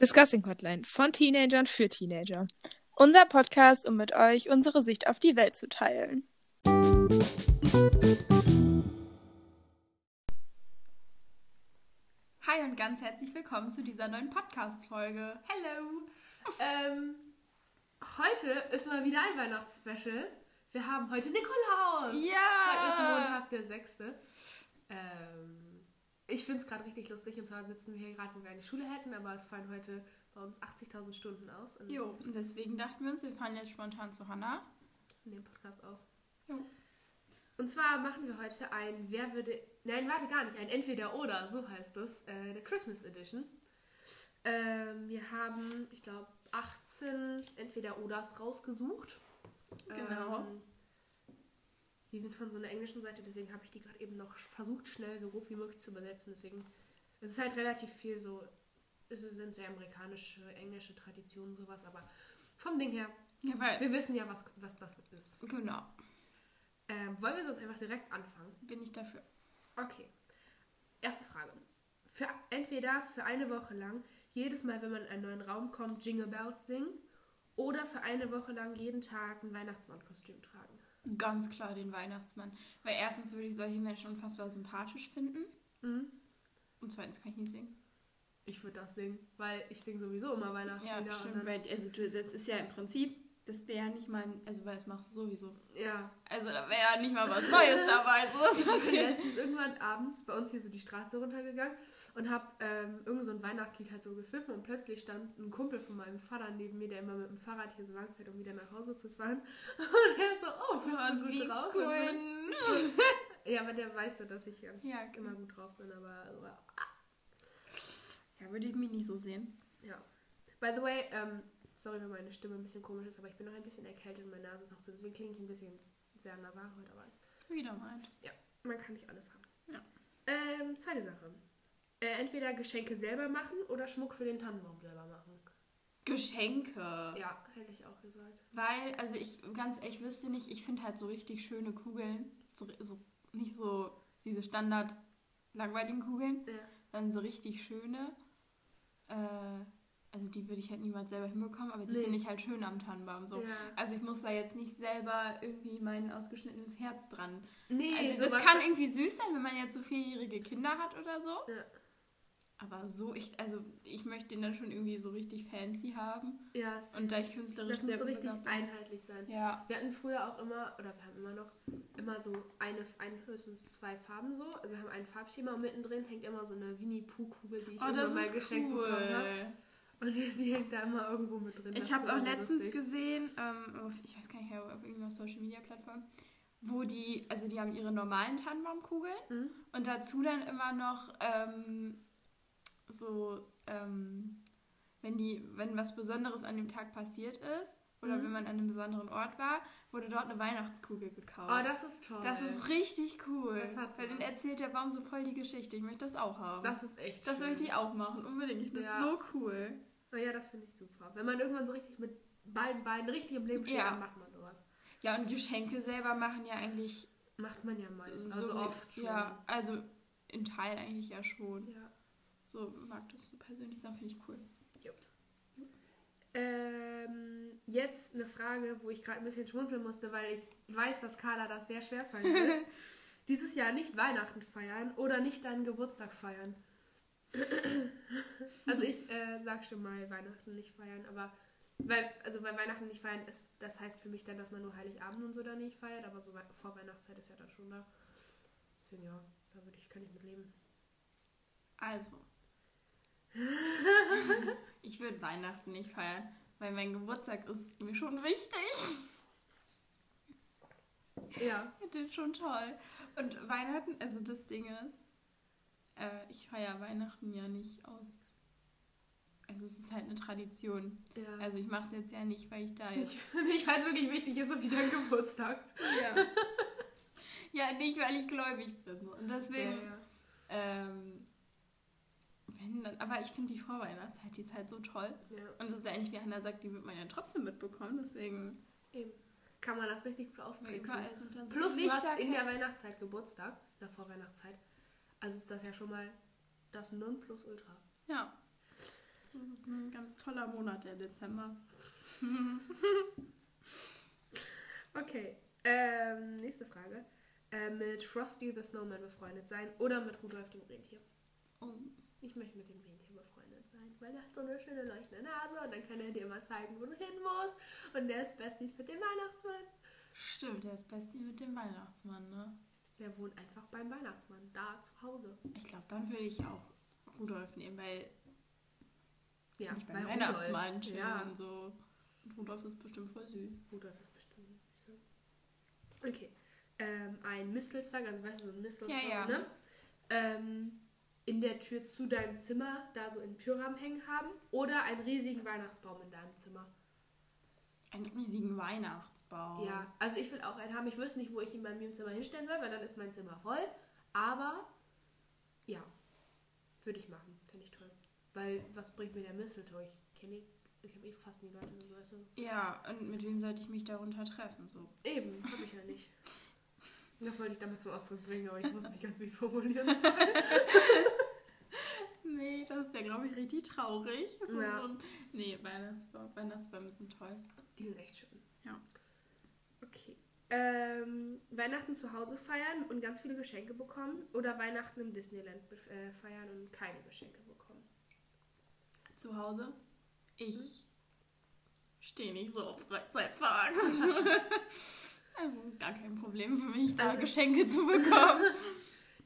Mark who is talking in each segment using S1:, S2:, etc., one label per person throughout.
S1: Discussing Hotline von Teenagern für Teenager.
S2: Unser Podcast, um mit euch unsere Sicht auf die Welt zu teilen.
S3: Hi und ganz herzlich willkommen zu dieser neuen Podcast-Folge.
S4: Hello! ähm, heute ist mal wieder ein Weihnachtsspecial. Wir haben heute Nikolaus! Heute ist
S3: Ja!
S4: Montag, der 6. Ähm, ich finde es gerade richtig lustig. Und zwar sitzen wir hier gerade, wo wir eigentlich Schule hätten, aber es fallen heute bei uns 80.000 Stunden aus. Also In,
S3: Jo, und deswegen dachten wir uns, wir fahren jetzt spontan zu Hannah.
S4: in dem Podcast auch.
S3: Jo.
S4: Und zwar machen wir heute ein Wer würde. Nein, warte gar nicht, ein Entweder-Oder, so heißt es. Äh, der Christmas Edition. Ähm, wir haben, ich glaube, 18 Entweder-Oders rausgesucht.
S3: Genau.
S4: Ähm, die sind von so einer englischen Seite, deswegen habe ich die gerade eben noch versucht, schnell so grob wie möglich zu übersetzen. Deswegen es ist halt relativ viel so. Es sind sehr amerikanische, englische Traditionen, sowas, aber vom Ding her,
S3: Ja, weil.
S4: wir wissen ja, was, was das ist.
S3: Genau,
S4: Ähm, wollen wir sonst einfach direkt anfangen?
S3: bin ich dafür.
S4: Okay. Erste Frage. Für, entweder für eine Woche lang, jedes Mal, wenn man in einen neuen Raum kommt, Jingle Bells singen oder für eine Woche lang jeden Tag ein Weihnachtsmannkostüm tragen.
S3: Ganz klar den Weihnachtsmann. Weil erstens würde ich solche Menschen unfassbar sympathisch finden.
S4: Mhm.
S3: Und zweitens kann ich nicht singen.
S4: Ich würde das singen, weil ich singe sowieso immer
S3: Ja,
S4: Weihnachtslieder. und
S3: stimmt.
S4: dann,
S3: Weil, also, du, das ist ja im Prinzip, das wäre ja nicht mal, ein- also, weil das machst du sowieso.
S4: ja.
S3: Also, da wäre ja nicht mal was Neues dabei. So, das
S4: Ich bin
S3: passiert.
S4: letztens irgendwann abends bei uns hier so die Straße runtergegangen und habe ähm, irgend so ein Weihnachtslied halt so gepfiffen und plötzlich stand ein Kumpel von meinem Vater neben mir, der immer mit dem Fahrrad hier so lang fährt, um wieder nach Hause zu fahren. Und er so, oh, bist du gut
S3: Wie
S4: drauf?
S3: cool.
S4: Ja, aber der weiß ja, dass ich ganz
S3: Ja, genau.
S4: immer gut drauf bin, aber so, ja.
S3: Ja, würde ich mich nicht so sehen.
S4: äh, ja. By the way, ähm, sorry, wenn meine Stimme ein bisschen komisch ist, aber ich bin noch ein bisschen erkältet und meine Nase ist noch zu, deswegen klinge ich ein bisschen sehr nasal heute, aber
S3: Wieder mal.
S4: Ja, man kann nicht alles haben.
S3: Ja.
S4: Ähm, zweite Sache. Äh, entweder Geschenke selber machen oder Schmuck für den Tannenbaum selber machen.
S3: Geschenke.
S4: Ja, hätte ich auch gesagt.
S3: Weil, also ich, ganz ehrlich, ich wüsste nicht, ich finde halt so richtig schöne Kugeln, so, so, nicht so diese standard langweiligen Kugeln,
S4: Ja.
S3: sondern so richtig schöne. Äh, also die würde ich halt niemals selber hinbekommen, aber die
S4: Nee.
S3: finde ich halt schön am Tannenbaum so.
S4: ja.
S3: Also ich muss da jetzt nicht selber irgendwie mein ausgeschnittenes Herz dran.
S4: Nee,
S3: Also das
S4: sowas-
S3: kann irgendwie süß sein, wenn man jetzt so vierjährige Kinder hat oder so.
S4: Ja.
S3: Aber so, ich, also ich möchte den dann schon irgendwie so richtig fancy haben.
S4: Ja, es-
S3: Und da ich künstlerisch
S4: das muss
S3: sehr
S4: so richtig
S3: begabt bin-
S4: einheitlich sein.
S3: Ja.
S4: Wir hatten früher auch immer, oder wir haben immer noch, immer so eine, ein, höchstens zwei Farben so. Also wir haben ein Farbschema und mittendrin hängt immer so eine Winnie-Pooh-Kugel, die
S3: Oh,
S4: ich immer mal geschenkt bekommen habe. Und die, die hängt da immer irgendwo mit drin. Das
S3: ne? Ich
S4: ist
S3: habe
S4: immer
S3: auch
S4: so
S3: letztens
S4: lustig.
S3: gesehen, ähm, auf, ich weiß gar nicht mehr, auf irgendeiner Social Media Plattform, wo die, also die haben ihre normalen Tannenbaumkugeln
S4: Mhm.
S3: und dazu dann immer noch ähm, so, ähm, wenn die, wenn was Besonderes an dem Tag passiert ist oder
S4: Mhm.
S3: wenn man an einem besonderen Ort war, wurde dort eine Weihnachtskugel gekauft.
S4: Oh, das ist toll.
S3: Das ist richtig cool.
S4: Das hat
S3: Weil dann
S4: was.
S3: erzählt der Baum so voll die Geschichte. Ich möchte das auch haben.
S4: das ist echt
S3: das
S4: schön.
S3: möchte ich auch machen, unbedingt. Ich finde das
S4: Ja.
S3: so cool.
S4: Naja, das finde ich super. Wenn man irgendwann so richtig mit beiden Beinen richtig im Leben steht,
S3: Ja.
S4: dann macht man sowas.
S3: Ja, und Geschenke selber machen ja eigentlich
S4: Macht man ja meist.
S3: so
S4: Also
S3: wie-
S4: oft schon.
S3: Ja, also in Teil eigentlich ja schon.
S4: Ja.
S3: So mag das so persönlich sein, finde ich cool.
S4: Ähm, jetzt eine Frage, wo ich gerade ein bisschen schmunzeln musste, weil ich weiß, dass Carla das sehr schwer fallen wird. Dieses Jahr nicht Weihnachten feiern oder nicht deinen Geburtstag feiern. also ich äh, sag schon mal Weihnachten nicht feiern, aber weil, also weil Weihnachten nicht feiern ist, das heißt für mich dann, dass man nur Heiligabend und so dann nicht feiert, aber so Wei- vor Weihnachtszeit ist ja dann schon da. Deswegen ja, da würde ich, kann ich mit leben.
S3: Also. ich würde Weihnachten nicht feiern, weil mein Geburtstag ist mir schon wichtig.
S4: Ja.
S3: Ich finde den schon toll. Und Weihnachten, also das Ding ist, äh, ich feiere Weihnachten ja nicht aus. Also es ist halt eine Tradition.
S4: ja.
S3: Also ich mache es jetzt ja nicht, weil ich da jetzt
S4: ich, ich weil es wirklich wichtig ist, so wie dein Geburtstag.
S3: Ja. ja, nicht, weil ich gläubig bin. Und deswegen, ähm, wenn dann, aber ich finde die Vorweihnachtszeit, die ist halt so toll.
S4: ja, ja.
S3: Und das ist ja eigentlich, wie Hannah sagt, die wird man ja trotzdem mitbekommen. Deswegen,
S4: Eben. Kann man das richtig gut austricksen.
S3: überall sind dann so
S4: Plus, du
S3: Lichter-
S4: hast in der Weihnachtszeit Geburtstag, in der Vorweihnachtszeit. Also ist das ja schon mal das Nonplusultra.
S3: Ja. Das ist ein ganz toller Monat, der Dezember.
S4: Okay. Ähm, nächste Frage. Äh, mit Frosty the Snowman befreundet sein oder mit Rudolf dem Rentier?
S3: Oh.
S4: Ich möchte mit dem Rentier befreundet sein, weil er hat so eine schöne leuchtende Nase und dann kann er dir immer zeigen, wo du hin musst. Und der ist besties mit dem Weihnachtsmann.
S3: Stimmt, der ist Bestie mit dem Weihnachtsmann, ne?
S4: Der wohnt einfach beim Weihnachtsmann, da zu Hause.
S3: Ich glaube, dann würde ich auch Rudolf nehmen, weil
S4: Ja,
S3: ich
S4: bei
S3: beim Weihnachtsmann
S4: Rudolf.
S3: chillen
S4: Ja,
S3: und so. Und Rudolf ist bestimmt voll süß.
S4: Rudolf ist bestimmt süß. Okay. Ähm, ein Mistelzweig, also weißt du, so ein Mistelzweig,
S3: Ja, ja.
S4: ne? Ähm, in der Tür zu deinem Zimmer, da so in Pyram hängen haben. Oder einen riesigen Weihnachtsbaum in deinem Zimmer.
S3: Einen riesigen Weihnachtsbaum.
S4: Ja, also ich will auch einen haben. Ich wüsste nicht, wo ich ihn bei mir im Zimmer hinstellen soll, weil dann ist mein Zimmer voll. Aber ja, würde ich machen. Finde ich toll. Weil was bringt mir der Mistletoe? Ich kenne ich habe eh fast nie Leute und so. weißt du.
S3: Ja, und mit wem sollte ich mich darunter treffen? So.
S4: Eben, habe ich ja nicht. Das wollte ich damit zum Ausdruck bringen, aber ich wusste nicht ganz, wie ich es formulieren
S3: Nee, das wäre, glaube ich, richtig traurig. So
S4: Ja.
S3: ein- nee, Weihnachtsbaum, Weihnachtsbäume sind toll.
S4: Die sind echt schön.
S3: Ja.
S4: Okay. Ähm, Weihnachten zu Hause feiern und ganz viele Geschenke bekommen oder Weihnachten im Disneyland be- äh, feiern und keine Geschenke bekommen?
S3: Zu Hause?
S4: Hm?
S3: Ich stehe nicht so auf Freizeitparks. also gar kein Problem für mich, da
S4: Also-
S3: Geschenke zu bekommen.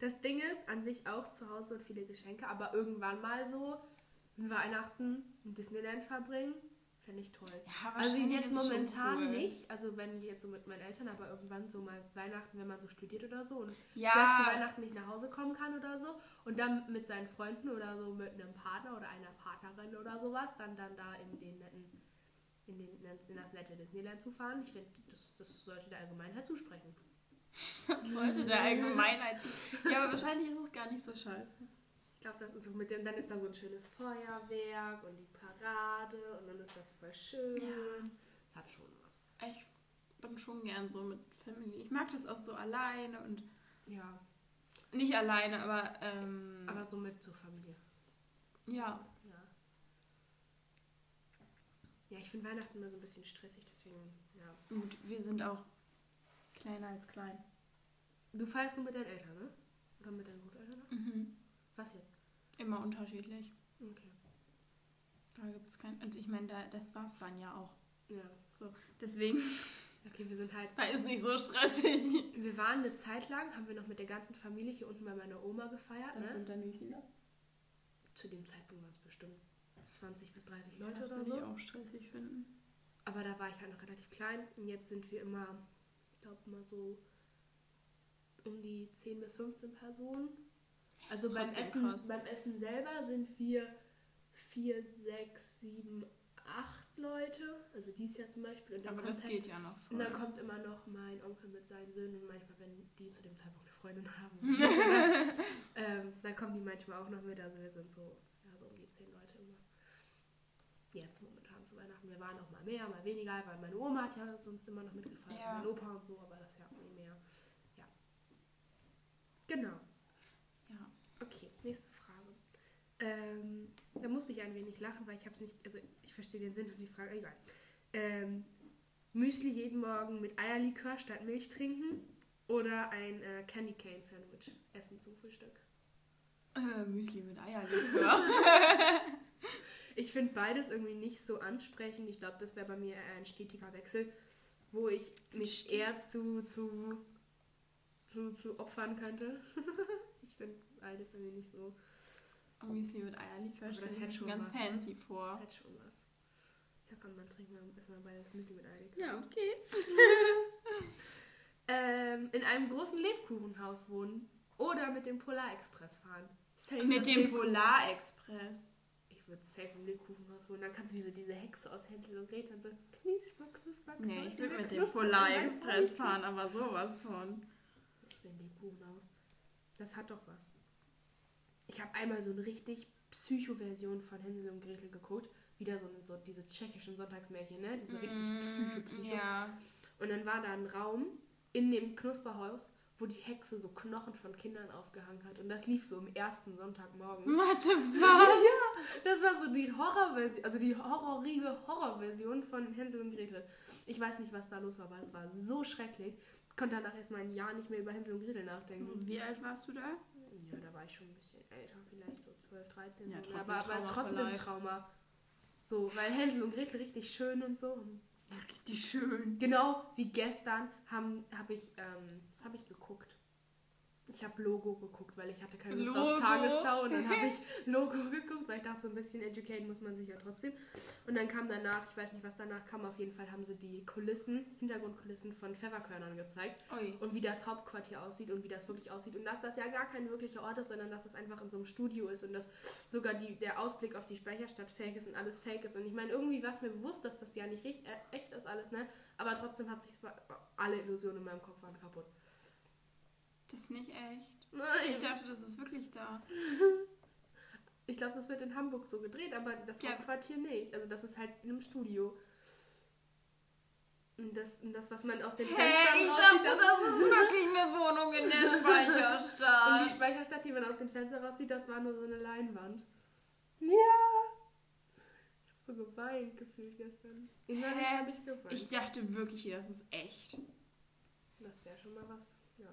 S4: Das Ding ist, an sich auch zu Hause und viele Geschenke, aber irgendwann mal so ein Weihnachten im Disneyland verbringen, fände ich toll.
S3: Ja,
S4: Also
S3: wahrscheinlich ist
S4: jetzt
S3: es schon
S4: momentan
S3: cool.
S4: nicht, also wenn jetzt so mit meinen Eltern, aber irgendwann so mal Weihnachten, wenn man so studiert oder so und vielleicht zu
S3: Ja,
S4: Weihnachten nicht nach Hause kommen kann oder so und dann mit seinen Freunden oder so mit einem Partner oder einer Partnerin oder sowas dann dann da in den netten in, den, in das nette Disneyland zu fahren. Ich finde, das, das sollte der Allgemeinheit zusprechen.
S3: das sollte der Allgemeinheit. Ja, aber wahrscheinlich ist es gar nicht so scheiße.
S4: Ich glaube, das ist so mit dem, dann ist da so ein schönes Feuerwerk und die Parade und dann ist das voll schön.
S3: Ja.
S4: Das hat schon was.
S3: Ich bin schon gern so mit Family. Ich mag das auch so alleine und
S4: Ja,
S3: nicht alleine, aber ähm,
S4: aber so mit zur Familie.
S3: ja,
S4: Mhm. Ja. Ja, ich finde Weihnachten immer so ein bisschen stressig, deswegen, ja.
S3: gut, wir sind auch kleiner als klein.
S4: Du feierst nur mit deinen Eltern, ne? Oder mit deinen Großeltern? Mhm. Was jetzt?
S3: Immer unterschiedlich.
S4: Okay.
S3: Da gibt es kein. Und ich meine, da, das war es dann ja auch.
S4: Ja.
S3: Deswegen,
S4: Okay, wir sind halt.
S3: da ist nicht so stressig.
S4: Wir waren eine Zeit lang, haben wir noch mit der ganzen Familie hier unten bei meiner Oma gefeiert, ne?
S3: dann wie viele?
S4: Zu dem Zeitpunkt waren es bestimmt 20 bis 30
S3: Leute
S4: Leute
S3: das
S4: oder
S3: würde
S4: so.
S3: ich auch stressig finden.
S4: Aber da war ich halt noch relativ klein. Und jetzt sind wir immer, ich glaube, immer so um die 10 bis 15 Personen. Also
S3: ist
S4: beim
S3: trotzdem
S4: Essen,
S3: krass.
S4: beim Essen selber sind wir 4, 6, 7, 8 Leute. Also dies Jahr zum Beispiel. Und dann,
S3: Aber
S4: kommt,
S3: das
S4: halt,
S3: geht ja noch voll.
S4: und dann kommt immer noch mein Onkel mit seinen Söhnen und manchmal, wenn die zu dem Zeitpunkt eine Freundin haben, ähm, dann kommen die manchmal auch noch mit. Also wir sind so, ja, so um die 10 Leute immer jetzt momentan zu Weihnachten. Wir waren auch mal mehr, mal weniger, weil meine Oma hat ja sonst immer noch mitgefeiert,
S3: Ja.
S4: mein Opa und so, aber das ist ja auch nie mehr. Ja. Genau.
S3: ja.
S4: Okay, nächste Frage. Ähm, da musste ich ein wenig lachen, weil ich habe es nicht, also ich verstehe den Sinn und die Frage, egal. Ähm, Müsli jeden Morgen mit Eierlikör statt Milch trinken oder ein äh, Candy Cane Sandwich essen zum Frühstück.
S3: Äh, Müsli mit Eierlikör.
S4: Ich finde beides irgendwie nicht so ansprechend. Ich glaube, das wäre bei mir eher ein stetiger Wechsel, wo ich mich eher zu, zu, zu, zu opfern könnte. ich finde beides irgendwie nicht so.
S3: Und Müsli mit Eierlikör
S4: Aber
S3: stelle
S4: das
S3: ich
S4: hätte
S3: mir
S4: schon
S3: ganz
S4: was, ne?
S3: fancy vor.
S4: Hat schon was. Ja, komm, dann trinken wir erstmal beides Müsli mit Eilig.
S3: Ja, okay.
S4: Ähm, in einem großen Lebkuchenhaus wohnen oder mit dem Polarexpress fahren. Safe das
S3: Mit dem
S4: Leb-
S3: Polarexpress.
S4: Ich würde safe im Lebkuchenhaus wohnen. Dann kannst du wie so diese Hexe aus Händel und Gretel so knisper, knusper, knusper.
S3: Nee, ich will mit dem
S4: knusper, mein
S3: Polarexpress
S4: Brötchen.
S3: fahren, aber sowas von.
S4: Wenn die Kuh maus. Das hat doch was. Ich habe einmal so eine richtig Psycho-Version von Hänsel und Gretel geguckt. Wieder so, ein- so diese tschechischen Sonntagsmärchen, ne? Diese richtig
S3: Mm,
S4: Psycho-Psycho.
S3: Ja.
S4: Und dann war da ein Raum in dem Knusperhaus, wo die Hexe so Knochen von Kindern aufgehangen hat. Und das lief so am ersten Sonntagmorgen.
S3: Warte, was?
S4: Das war so die Horrorversion, also die horrorige Horrorversion von Hänsel und Gretel. Ich weiß nicht, was da los war, aber es war so schrecklich. Konnte danach erstmal ein Jahr nicht mehr über Hänsel und Gretel nachdenken.
S3: Wie alt warst du da?
S4: Ja, da war ich schon ein bisschen älter, vielleicht so 12, 13.
S3: Ja,
S4: so.
S3: trotzdem
S4: aber, aber
S3: Trauma
S4: trotzdem
S3: vielleicht.
S4: Trauma. So, weil Hänsel und Gretel richtig schön und so.
S3: Richtig schön.
S4: Genau wie gestern habe hab ich, ähm, was habe ich geguckt? Ich habe Logo geguckt, weil ich hatte keine Lust auf
S3: Logo.
S4: Tagesschau und dann habe ich Logo geguckt, weil ich dachte, so ein bisschen educaten muss man sich ja trotzdem. Und dann kam danach, ich weiß nicht, was danach kam, auf jeden Fall haben sie die Kulissen, Hintergrundkulissen von Pfefferkörnern gezeigt
S3: Ui.
S4: und wie das Hauptquartier aussieht und wie das wirklich aussieht und dass das ja gar kein wirklicher Ort ist, sondern dass es einfach in so einem Studio ist und dass sogar die, der Ausblick auf die Speicherstadt fake ist und alles fake ist und ich meine, irgendwie war es mir bewusst, dass das ja nicht richt- äh, echt ist alles, ne? Aber trotzdem hat sich alle Illusionen in meinem Kopf waren kaputt.
S3: Das ist nicht echt. Ich
S4: Nein!
S3: dachte, das ist wirklich da.
S4: Ich glaube, das wird in Hamburg so gedreht, aber das
S3: Ja.
S4: Hauptquartier nicht. Also das ist halt in einem Studio. Und das, und das was man aus den Fenstern raussieht, das ist
S3: ist wirklich eine Wohnung in der
S4: Und die
S3: Speicherstadt.
S4: Speicherstadt, die man aus den Fenstern raussieht, das war nur so eine Leinwand. Ja. Ich habe so geweint gefühlt gestern. Innerlich
S3: Hä?
S4: habe ich geweint.
S3: Ich dachte wirklich, das ist echt.
S4: das wäre schon mal was. Ja.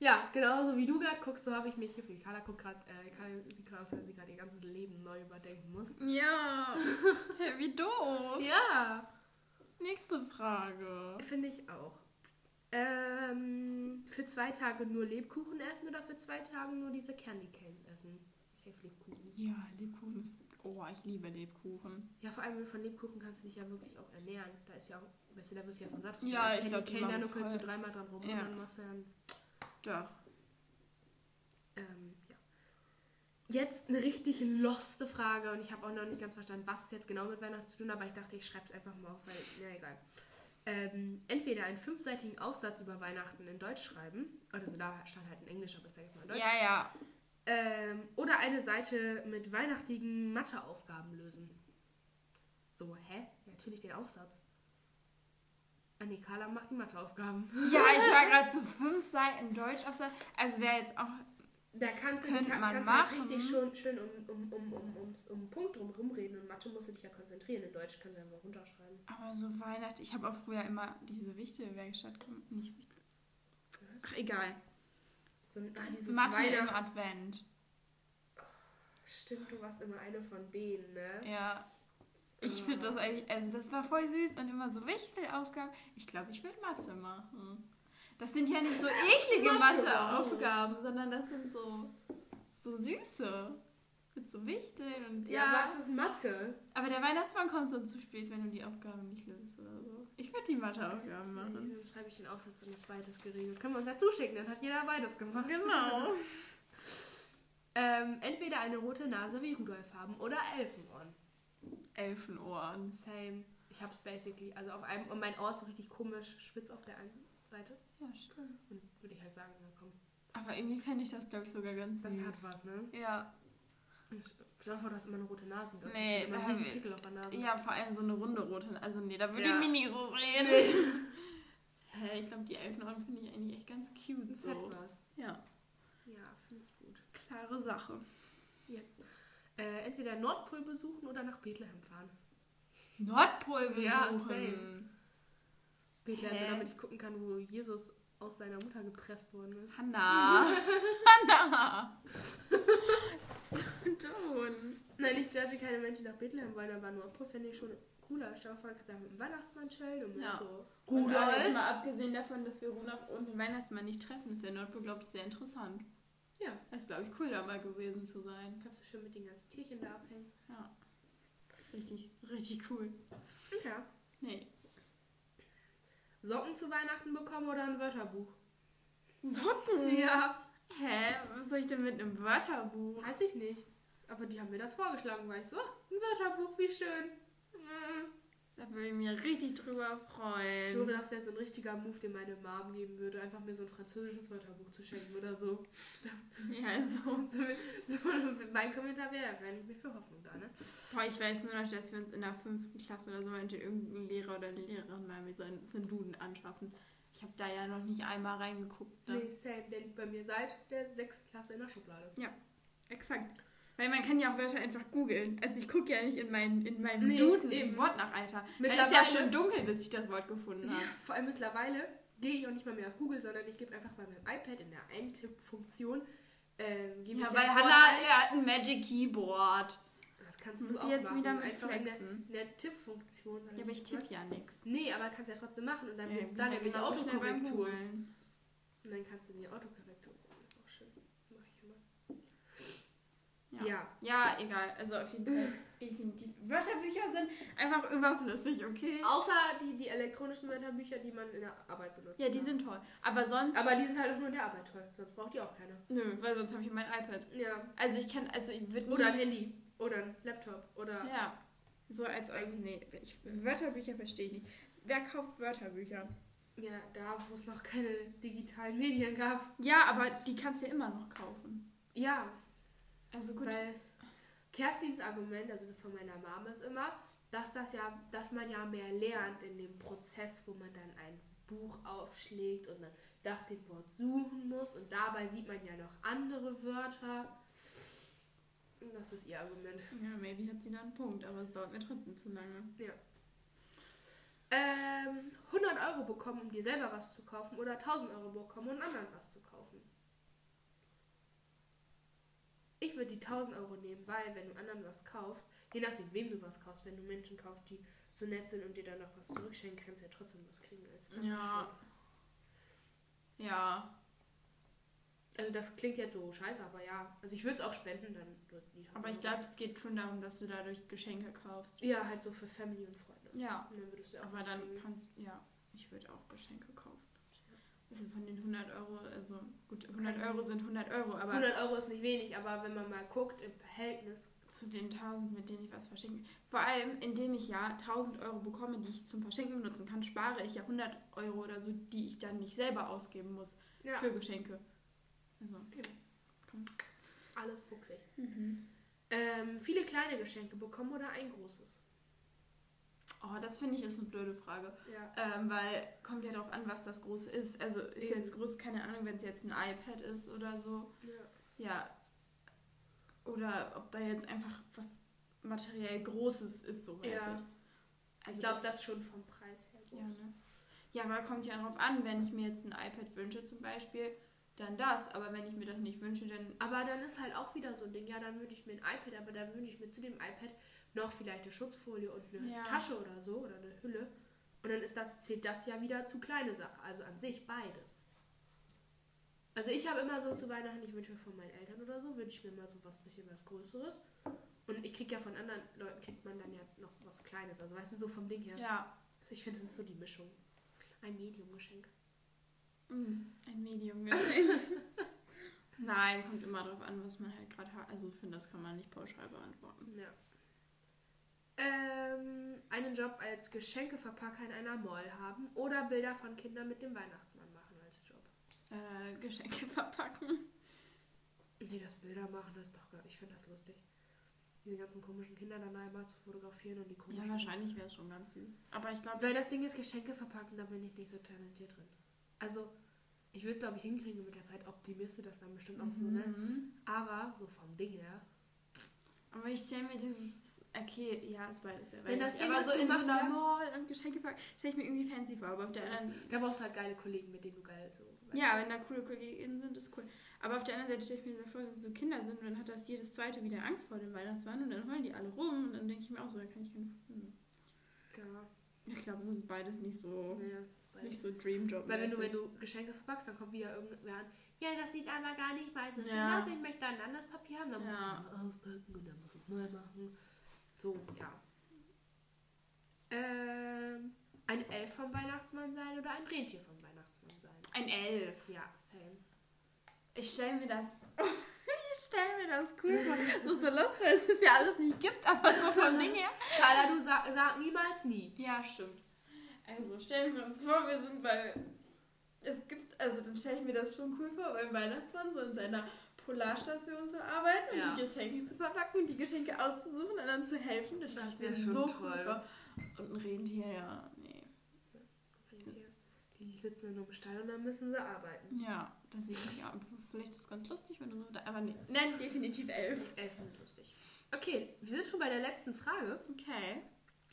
S4: Ja, genauso wie du gerade guckst, so habe ich mich gefühlt. Carla guckt gerade, äh, Carla sieht gerade aus, als wenn sie gerade ihr ganzes Leben neu überdenken muss.
S3: Ja. Hä, wie doof.
S4: Ja,
S3: Nächste Frage.
S4: finde ich auch. Ähm, für zwei Tage nur Lebkuchen essen oder für zwei Tage nur diese Candy Canes essen? Safe Lebkuchen.
S3: Ja, Lebkuchen ist. Oh, ich liebe Lebkuchen.
S4: Ja, vor allem von Lebkuchen kannst du dich ja wirklich auch ernähren. Da ist ja auch, weißt du, da wirst du ja von satt. von
S3: Ja,
S4: satt.
S3: ich
S4: Candy
S3: glaub, die
S4: Cane,
S3: machen
S4: da nuckelst du
S3: voll.
S4: dreimal dran rum
S3: Ja.
S4: und dann machst du dann,
S3: Doch.
S4: ähm, ja. Jetzt eine richtig loste Frage und ich habe auch noch nicht ganz verstanden, was es jetzt genau mit Weihnachten zu tun hat, aber ich dachte, ich schreibe es einfach mal auf, weil, na egal. Ähm, entweder einen fünfseitigen Aufsatz über Weihnachten in Deutsch schreiben, oder so, da stand halt in Englisch, aber ich sage jetzt mal in Deutsch.
S3: Ja, ja.
S4: Ähm, oder eine Seite mit weihnachtlichen Matheaufgaben lösen. So, hä? Natürlich den Aufsatz. Ah nee, Carla macht die Matheaufgaben.
S3: Ja, ich war gerade zu fünf Seiten Deutschaufsatz. Also wäre jetzt auch.
S4: Da kannst du,
S3: Könnte
S4: kann,
S3: man
S4: kannst du halt
S3: machen.
S4: richtig schön, schön um, um, um, um, ums- um einen Punkt drum rumreden. Und Mathe musst du dich ja konzentrieren. In Deutsch kannst du einfach runterschreiben.
S3: Aber so Weihnachten. Ich habe auch früher immer diese Wichtelwerkstatt gemacht. Nicht Wichtel. Ach, egal.
S4: So, ein- ah, dieses
S3: Mathe im
S4: Weihnachten.
S3: Advent.
S4: Stimmt, du warst immer eine von denen, ne?
S3: Ja. Ich finde das eigentlich, also das war voll süß und immer so Wichtelaufgaben. Ich glaube, ich würde Mathe machen. Das sind ja nicht so eklige
S4: Mathe.
S3: Matheaufgaben, sondern das sind so, so süße. Mit so Wichteln und
S4: Ja,
S3: aber,
S4: es ist Mathe.
S3: aber der Weihnachtsmann kommt dann zu spät, wenn du die Aufgaben nicht löst oder so. Ich würde die Matheaufgaben machen.
S4: Dann schreibe ich den Aufsatz und das beides geregelt. Können wir uns ja zuschicken, dann hat jeder beides gemacht.
S3: Genau.
S4: Ähm, entweder eine rote Nase wie Rudolf haben oder Elfenohren.
S3: Elfenohren.
S4: Same. Ich hab's basically, also auf einem, und mein Ohr ist so richtig komisch, spitz auf der einen Seite.
S3: Ja, stimmt.
S4: Und würde ich halt sagen, na komm,
S3: Aber irgendwie fände ich das, glaube ich, sogar ganz
S4: das
S3: süß.
S4: hat was, ne?
S3: Ja.
S4: Stell dir vor, du hast immer eine rote Nase. Du hast
S3: Nee,
S4: nee, immer
S3: da
S4: einen
S3: haben
S4: riesen
S3: wir-
S4: Pickel auf der Nase.
S3: Ja, vor allem so eine runde rote. Also nee, da würde
S4: Also Ja.
S3: ich mich nie so sehen. Hä, ich glaube, die Elfenohren finde ich eigentlich echt ganz cute.
S4: Das
S3: So.
S4: hat was.
S3: Ja,
S4: Ja, finde ich gut.
S3: klare Sache.
S4: Jetzt. Äh, entweder Nordpol besuchen oder nach Bethlehem fahren.
S3: Nordpol besuchen.
S4: Ja, same. Bethlehem,
S3: Hä?
S4: damit ich gucken kann, wo Jesus aus seiner Mutter gepresst worden ist.
S3: Hanna. Hanna. Don.
S4: Nein, ich judge keine Menschen, die nach Bethlehem wollen, aber Nordpol fände ich schon cooler. Stell dir vor, du kannst einfach mit dem Weihnachtsmann chillen und mit
S3: Ja.
S4: so.
S3: Aber jetzt mal abgesehen davon, dass wir Rudolf und den Weihnachtsmann nicht treffen, ist der Nordpol, glaube ich, sehr interessant.
S4: Ja.
S3: Das ist, glaube ich, cool, da mal gewesen zu sein.
S4: Kannst du schön mit den ganzen Tierchen da abhängen.
S3: Ja. Richtig, richtig cool.
S4: Ja.
S3: Nee.
S4: Socken zu Weihnachten bekommen oder ein Wörterbuch?
S3: Socken?
S4: Ja.
S3: Hä? Was soll ich denn mit einem Wörterbuch?
S4: Weiß ich nicht. Aber die haben mir das vorgeschlagen, weil ich so, "Ah, ein Wörterbuch, wie schön. Mm.
S3: Da würde ich mich richtig drüber
S4: Ich
S3: freuen.
S4: schwöre, das wäre so ein richtiger Move, den meine Mom geben würde, einfach mir so ein französisches Wörterbuch zu schenken oder so.
S3: Ja, so.
S4: so, so mein Kommentar wäre, wenn ich mich für Hoffnung da, ne?
S3: Boah, ich weiß nur noch, dass wir uns in der fünften Klasse oder so meinte, irgendein Lehrer oder eine Lehrerin mal mir so einen so einen Duden anschaffen. Ich Ich habe da ja noch nicht einmal reingeguckt. Ne?
S4: Nee, Sam, der liegt bei mir seit der sechsten Klasse in der Schublade.
S3: Exakt. Weil man kann ja auch Wörter einfach googeln. Also ich gucke ja nicht in, meinen, in meinem
S4: Nee,
S3: Duden
S4: eben.
S3: im Wort nach Alter. Es ist ja
S4: Mittlerweile-
S3: schon dunkel, bis ich das Wort gefunden habe.
S4: Vor allem mittlerweile gehe ich auch nicht mal mehr auf Google, sondern ich gebe einfach bei meinem iPad in der Eintippfunktion. Ähm, gebe
S3: Ja,
S4: ich
S3: weil
S4: das Wort
S3: Hannah,
S4: ein.
S3: er hat ein Magic Keyboard.
S4: Das kannst
S3: Muss
S4: du
S3: ich
S4: auch
S3: jetzt
S4: machen.
S3: wieder mit
S4: einfach in der,
S3: flexen?
S4: in der Tippfunktion. sag
S3: Ja, aber ich
S4: jetzt
S3: tippe
S4: mal.
S3: ja nichts.
S4: Nee, aber kannst ja trotzdem machen und dann
S3: Ja,
S4: gibt es
S3: ich
S4: da
S3: bin ja
S4: nämlich
S3: genauso schnell beim
S4: Autokorrektur.
S3: Googeln.
S4: Und dann kannst du die Autokorrektur machen. Das ist auch schön. Mach ich immer.
S3: Ja. ja.
S4: Ja.
S3: egal. Also auf jeden Fall definitiv. Wörterbücher sind einfach überflüssig, okay?
S4: Außer die, die elektronischen Wörterbücher, die man in der Arbeit benutzt. ne?
S3: Ja, die sind toll. Aber sonst.
S4: Aber die sind halt auch nur in der Arbeit toll. Sonst braucht die auch keiner.
S3: nö, weil sonst habe ich mein iPad.
S4: Ja.
S3: Also ich kann, also ich würde
S4: Oder ein Handy. Oder ein Laptop. Oder.
S3: Ja. So als also, nee, ich, Wörterbücher verstehe ich nicht. Wer kauft Wörterbücher?
S4: Ja, da, wo es noch keine digitalen Medien gab.
S3: Ja, aber die kannst du ja immer noch kaufen.
S4: Ja,
S3: Also gut.
S4: weil Kerstins Argument, also das von meiner Mama ist immer, dass das ja, dass man ja mehr lernt in dem Prozess, wo man dann ein Buch aufschlägt und dann nach dem Wort suchen muss und dabei sieht man ja noch andere Wörter. Das ist ihr Argument.
S3: ja, maybe hat sie da einen Punkt, aber es dauert mir trotzdem zu lange.
S4: Ähm, 100 Euro bekommen, um dir selber was zu kaufen oder 1000 Euro bekommen, um anderen was zu kaufen. Ich würde die 1000 Euro nehmen, weil wenn du anderen was kaufst, je nachdem wem du was kaufst, wenn du Menschen kaufst, die so nett sind und dir dann noch was zurückschenken, kannst du ja trotzdem was kriegen als Dankeschön.
S3: Ja. Ja.
S4: Also das klingt jetzt so scheiße, aber ja. Also ich würde es auch spenden, dann nur die 1000
S3: Aber ich
S4: Euro.
S3: glaube, es geht schon darum, dass du dadurch Geschenke kaufst.
S4: Ja, halt so für Family und Freunde.
S3: Ja.
S4: Und dann würdest du auch
S3: Aber
S4: was
S3: dann
S4: kriegen.
S3: kannst ja, ich würde auch Geschenke kaufen. Also von den 100 Euro, also gut, 100 Euro sind 100 Euro, aber
S4: 100 Euro ist nicht wenig, aber wenn man mal guckt im Verhältnis,
S3: zu den 1000, mit denen ich was verschenke. Vor allem, indem ich ja 1000 Euro bekomme, die ich zum Verschenken benutzen kann, spare ich ja 100 Euro oder so, die ich dann nicht selber ausgeben muss
S4: ja,
S3: für Geschenke. Also,
S4: alles fuchsig.
S3: Mhm.
S4: Ähm, viele kleine Geschenke bekommen oder ein großes?
S3: oh, das finde ich ist eine blöde Frage.
S4: Ja.
S3: Ähm, weil kommt ja darauf an, was das Große ist. Also ist
S4: Eben.
S3: jetzt groß, keine Ahnung, wenn es jetzt ein iPad ist oder so. Ja. Oder ob da jetzt einfach was materiell Großes ist, so weiß
S4: Ja.
S3: ich. Also
S4: Ich glaube, das ist schon vom Preis her. Groß.
S3: Ja, ne? ja, aber kommt ja drauf an, wenn ich mir jetzt ein iPad wünsche zum Beispiel, dann das. Aber wenn ich mir das nicht wünsche, dann.
S4: Aber dann ist halt auch wieder so ein Ding, ja, dann würde ich mir ein iPad, aber dann würde ich mir zu dem iPad noch vielleicht eine Schutzfolie und eine
S3: Ja.
S4: Tasche oder so oder eine Hülle. Und dann ist das, zählt das ja wieder zu kleine Sache. Also an sich beides. Also ich habe immer so zu Weihnachten, ich wünsche mir von meinen Eltern oder so, wünsche ich mir mal so was bisschen was Größeres. Und ich kriege ja von anderen Leuten, kriegt man dann ja noch was Kleines. Also weißt du, so vom Ding her.
S3: Ja.
S4: Also Ich finde, das ist so die Mischung. Ein Medium-Geschenk.
S3: Mm, ein Medium geschenkt. Nein, kommt immer drauf an, was man halt gerade hat. Also ich finde, das kann man nicht pauschal beantworten.
S4: Ja. Ähm, einen Job als Geschenkeverpacker in einer Mall haben oder Bilder von Kindern mit dem Weihnachtsmann machen als Job.
S3: Äh, Geschenke verpacken.
S4: Nee, das Bilder machen, das ist doch gar Ich finde das lustig. Diese ganzen komischen Kinder dann einmal zu fotografieren und die komischen.
S3: Ja, wahrscheinlich wäre es schon ganz süß. Aber ich glaube,
S4: Weil das Ding ist, Geschenke verpacken, da bin ich nicht so talentiert drin. Also, ich will es, glaube ich, hinkriegen mit der Zeit. Optimierst du das dann bestimmt auch so, ne?
S3: Mhm. hm?
S4: Aber so vom Ding her.
S3: Aber ich stelle mir dieses. Okay, ja, ist beides sehr
S4: Wenn das
S3: weiblich,
S4: Ding
S3: aber
S4: ist,
S3: so
S4: du
S3: in so
S4: machst
S3: einer
S4: ja-
S3: Mall und Geschenke packen, stelle ich mir irgendwie fancy vor. Aber auf der anderen
S4: Da brauchst du halt geile Kollegen, mit denen du geil so. weißt
S3: Ja, wenn da coole Kolleginnen sind, ist cool. Aber auf der anderen Seite stelle ich mir so vor, wenn so Kinder sind, dann hat das jedes zweite wieder Angst vor dem Weihnachtsmann und dann heulen die alle rum und dann denke ich mir auch so, da kann ich keine. Hm.
S4: du? Ja.
S3: Ich glaube, das ist beides nicht so
S4: Ja, das ist beides.
S3: nicht so Dreamjob.
S4: Weil wenn du, wenn du Geschenke verpackst, dann kommt wieder irgendwer an, ja, das sieht einmal gar nicht mal so schön
S3: Ja.
S4: aus, ich möchte ein anderes Papier haben, dann
S3: Ja.
S4: musst du mal auspacken und dann musst du es neu machen. So, ja. Ähm, ein Elf vom Weihnachtsmann sein oder ein Rentier vom Weihnachtsmann sein?
S3: ein Elf.
S4: Ja, same.
S3: Ich stelle mir das. ich stelle mir das cool vor. so so lustig, weil es das ja alles nicht gibt, aber so vom Ding her.
S4: Carla, du sa sag niemals nie.
S3: Ja, stimmt. Also stellen wir uns vor, wir sind bei. Es gibt, also dann stelle ich mir das schon cool vor, beim Weihnachtsmann so in seiner Polarstation zu arbeiten
S4: Ja.
S3: und die Geschenke zu verpacken und die Geschenke auszusuchen und dann zu helfen. Das, stelle
S4: Das
S3: ich mir
S4: wär schon
S3: so
S4: toll.
S3: Cool vor. Und ein Rentier, ja. Nee.
S4: Rentier. Die sitzen dann nur im Stall und dann müssen sie arbeiten.
S3: Ja, das sehe ich ja. Vielleicht ist es ganz lustig, wenn du so. Aber nee. Nein, definitiv elf.
S4: Elf sind lustig. Okay, wir sind schon bei der letzten Frage.
S3: Okay.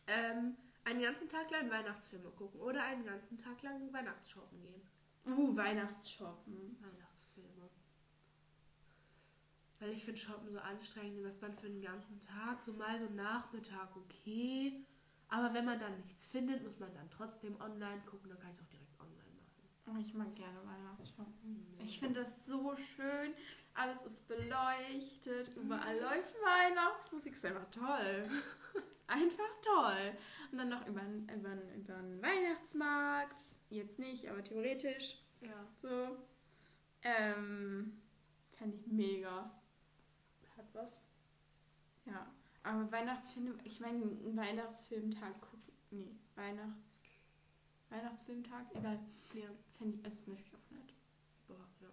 S4: Ähm, einen ganzen Tag lang Weihnachtsfilme gucken oder einen ganzen Tag lang Weihnachtsshoppen gehen.
S3: Uh, Weihnachtsshoppen.
S4: Weihnachtsfilme. Weil ich finde Shoppen so anstrengend und das dann für den ganzen Tag, so mal so einen Nachmittag, okay. Aber wenn man dann nichts findet, muss man dann trotzdem online gucken, dann kann ich es auch direkt online machen.
S3: Oh, ich mag gerne Weihnachtsshoppen. Ich finde das so schön. Alles ist beleuchtet. Überall läuft Weihnachtsmusik. Ist einfach toll. Ist einfach toll. Und dann noch über den über über Weihnachtsmarkt. Jetzt nicht, aber theoretisch.
S4: Ja,
S3: So. Ähm, fand ich mega. Hat was. Ja. Aber Weihnachtsfilm, ich meine, einen Weihnachtsfilmtag gucken. Nee, Weihnachts. Weihnachtsfilmtag, egal.
S4: ja,
S3: Fände ich, ist natürlich auch nett.
S4: boah, ja.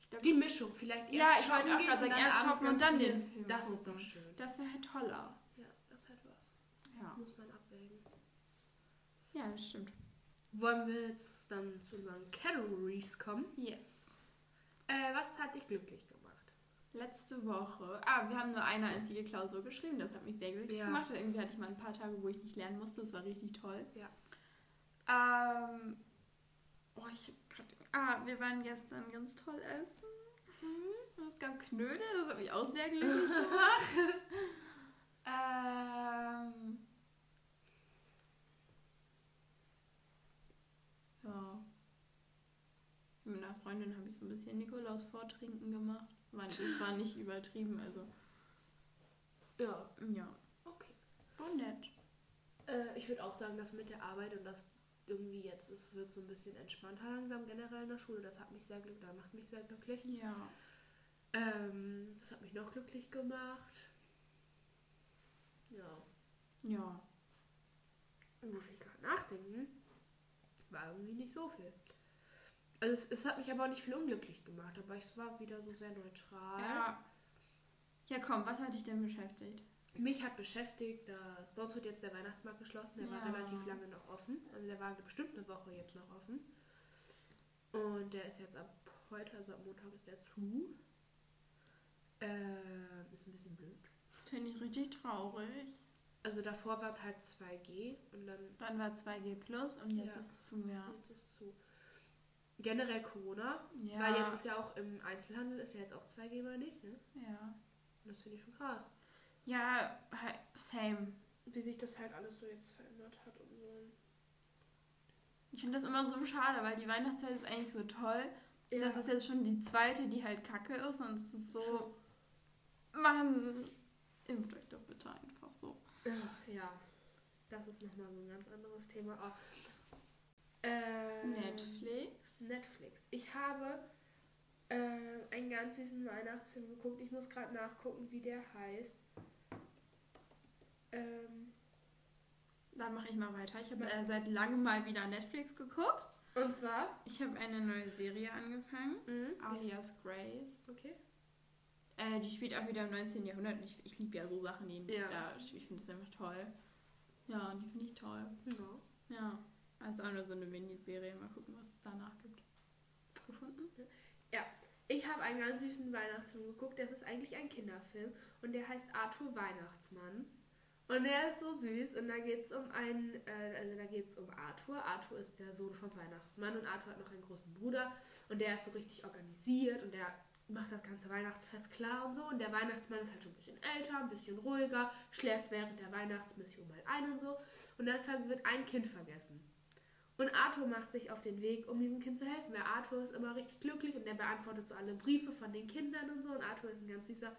S3: Ich glaub,
S4: Die Mischung, vielleicht erst
S3: Ja, ich wollte
S4: shoppen
S3: auch
S4: gehen
S3: gerade sagen,
S4: und dann
S3: erst
S4: abends
S3: shoppen und
S4: ganz
S3: dann
S4: viele-
S3: den Film
S4: Das ist
S3: gucken.
S4: doch schön.
S3: das wäre halt toller.
S4: Ja, das hat was.
S3: Ja.
S4: Muss man abwägen.
S3: Ja, das stimmt.
S4: Wollen wir jetzt dann zu unseren Categories kommen?
S3: Yes.
S4: Äh, was hat dich glücklich gemacht?
S3: Letzte Woche. Ah, wir haben nur eine einzige Klausur geschrieben. Das hat mich sehr glücklich
S4: Ja.
S3: gemacht. Und irgendwie hatte ich mal ein paar Tage, wo ich nicht lernen musste. Das war richtig toll.
S4: Ja.
S3: Ähm, oh, ich hab grad, ah, wir waren gestern ganz toll essen. Und es gab Knödel, das hat mich auch sehr glücklich gemacht. ähm, ja. Mit einer Freundin habe ich so ein bisschen Nikolaus vortrinken gemacht. War- Das war nicht übertrieben, also
S4: Ja,
S3: ja.
S4: okay.
S3: Oh, nett.
S4: Äh, ich würde auch sagen, das mit der Arbeit und das irgendwie jetzt ist, wird so ein bisschen entspannter langsam generell in der Schule. Das hat mich sehr glücklich, das macht mich sehr glücklich.
S3: Ja.
S4: Ähm, das hat mich noch glücklich gemacht. Ja,
S3: Ja.
S4: muss ich gerade nachdenken. War irgendwie nicht so viel. Also es, es hat mich aber auch nicht viel unglücklich gemacht, aber es war wieder so sehr neutral.
S3: Ja. Ja, komm, was hat dich denn beschäftigt?
S4: Mich hat beschäftigt, dass bei uns wird jetzt der Weihnachtsmarkt geschlossen, der war
S3: Ja.
S4: relativ lange noch offen. Also der war bestimmt eine Woche jetzt noch offen. Und der ist jetzt ab heute, also ab Montag ist der zu. Ähm, ist ein bisschen blöd.
S3: Finde ich richtig traurig.
S4: Also davor war es halt 2G und dann
S3: Dann war 2G Plus und jetzt
S4: Ja.
S3: ist es zu mehr.
S4: jetzt ist es zu. Generell Corona,
S3: Ja.
S4: weil jetzt ist ja auch im Einzelhandel ist ja jetzt auch 2G bei nicht, ne?
S3: ja.
S4: Und das finde ich schon krass.
S3: Ja, he- same.
S4: Wie sich das halt alles so jetzt verändert hat und so.
S3: Ich finde das immer so schade, weil die Weihnachtszeit ist eigentlich so toll.
S4: Ja.
S3: Das ist jetzt schon die zweite, die halt kacke ist und es ist so. Mann! Impft euch doch bitte einfach so.
S4: Ach, Äh, ja, das ist nochmal so ein ganz anderes Thema. Oh. Ähm,
S3: Netflix.
S4: Netflix. Ich habe äh, einen ganz süßen Weihnachtsfilm geguckt. Ich muss gerade nachgucken, wie der heißt. Ähm,
S3: Dann mache ich mal weiter. Ich habe äh, seit langem mal wieder Netflix geguckt.
S4: und zwar.
S3: Ich habe eine neue Serie angefangen.
S4: Mhm.
S3: Alias Grace.
S4: Okay.
S3: Äh, die spielt auch wieder im 19. Jahrhundert. und Ich, ich liebe ja so Sachen, die
S4: Ja.
S3: da, ich finde das einfach toll. Ja, die finde ich toll.
S4: Ja.
S3: Ja. Also auch nur so eine Miniserie. Mal gucken, was es danach gibt. Hast du gefunden?
S4: Ich habe einen ganz süßen Weihnachtsfilm geguckt. Das ist eigentlich ein Kinderfilm und der heißt Arthur Weihnachtsmann. Und der ist so süß und da geht es um einen, äh, also da geht es um Arthur. Arthur ist der Sohn vom Weihnachtsmann und Arthur hat noch einen großen Bruder und der ist so richtig organisiert und der macht das ganze Weihnachtsfest klar und so. Und der Weihnachtsmann ist halt schon ein bisschen älter, ein bisschen ruhiger, schläft während der Weihnachtsmission mal ein und so. Und dann ver- wird ein Kind vergessen. Und Arthur macht sich auf den Weg, um diesem Kind zu helfen, weil Arthur ist immer richtig glücklich und der beantwortet so alle Briefe von den Kindern und so. Und Arthur ist ein ganz süßer.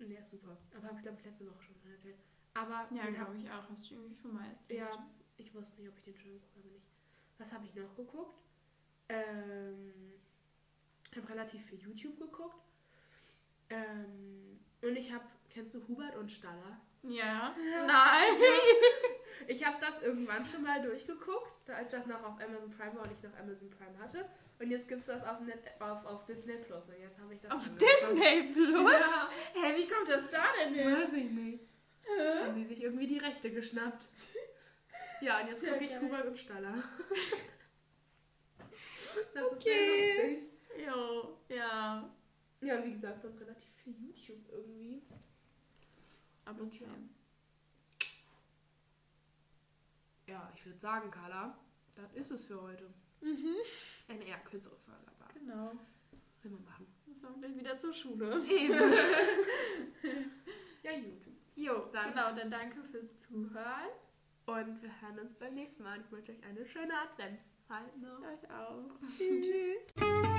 S4: Und der ist super. Aber habe ich glaube ich letzte Woche schon mal erzählt. Aber
S3: Ja,
S4: den hab-
S3: glaube ich auch. Hast du irgendwie schon mal erzählt.
S4: ja, ich wusste nicht, ob ich den schon geguckt habe oder nicht. Was habe ich noch geguckt? Ähm, ich habe relativ viel YouTube geguckt. Ähm, und ich habe, kennst du Hubert und Staller?
S3: Ja. Nein.
S4: Ich habe das irgendwann schon mal durchgeguckt, als das noch auf Amazon Prime war und ich noch Amazon Prime hatte. Und jetzt gibt es das auf, Net, auf, auf Disney Plus. Und jetzt habe ich das
S3: Auf
S4: angefangen.
S3: Disney Plus? Hä, wie kommt das da denn hin?
S4: Weiß ich nicht. Haben die sich irgendwie die Rechte geschnappt. Ja, und jetzt
S3: Sehr
S4: gucke ich
S3: geil.
S4: Hubert und Staller. Das ist sehr
S3: Okay.
S4: lustig.
S3: Jo, ja.
S4: Ja, wie gesagt, dann relativ viel YouTube irgendwie.
S3: Aber
S4: Okay.
S3: okay.
S4: Ja, ich würde sagen, Carla, das ist es für heute. Mhm. Eine eher kürzere Folge, aber
S3: Genau.
S4: will man machen.
S3: Müssen wir gleich wieder zur Schule.
S4: Eben. ja, YouTube.
S3: Jo,
S4: Dann-
S3: genau, dann danke fürs Zuhören.
S4: Und wir hören uns beim nächsten Mal. Ich wünsche euch eine schöne Adventszeit noch.
S3: Euch auch.
S4: Tschüss.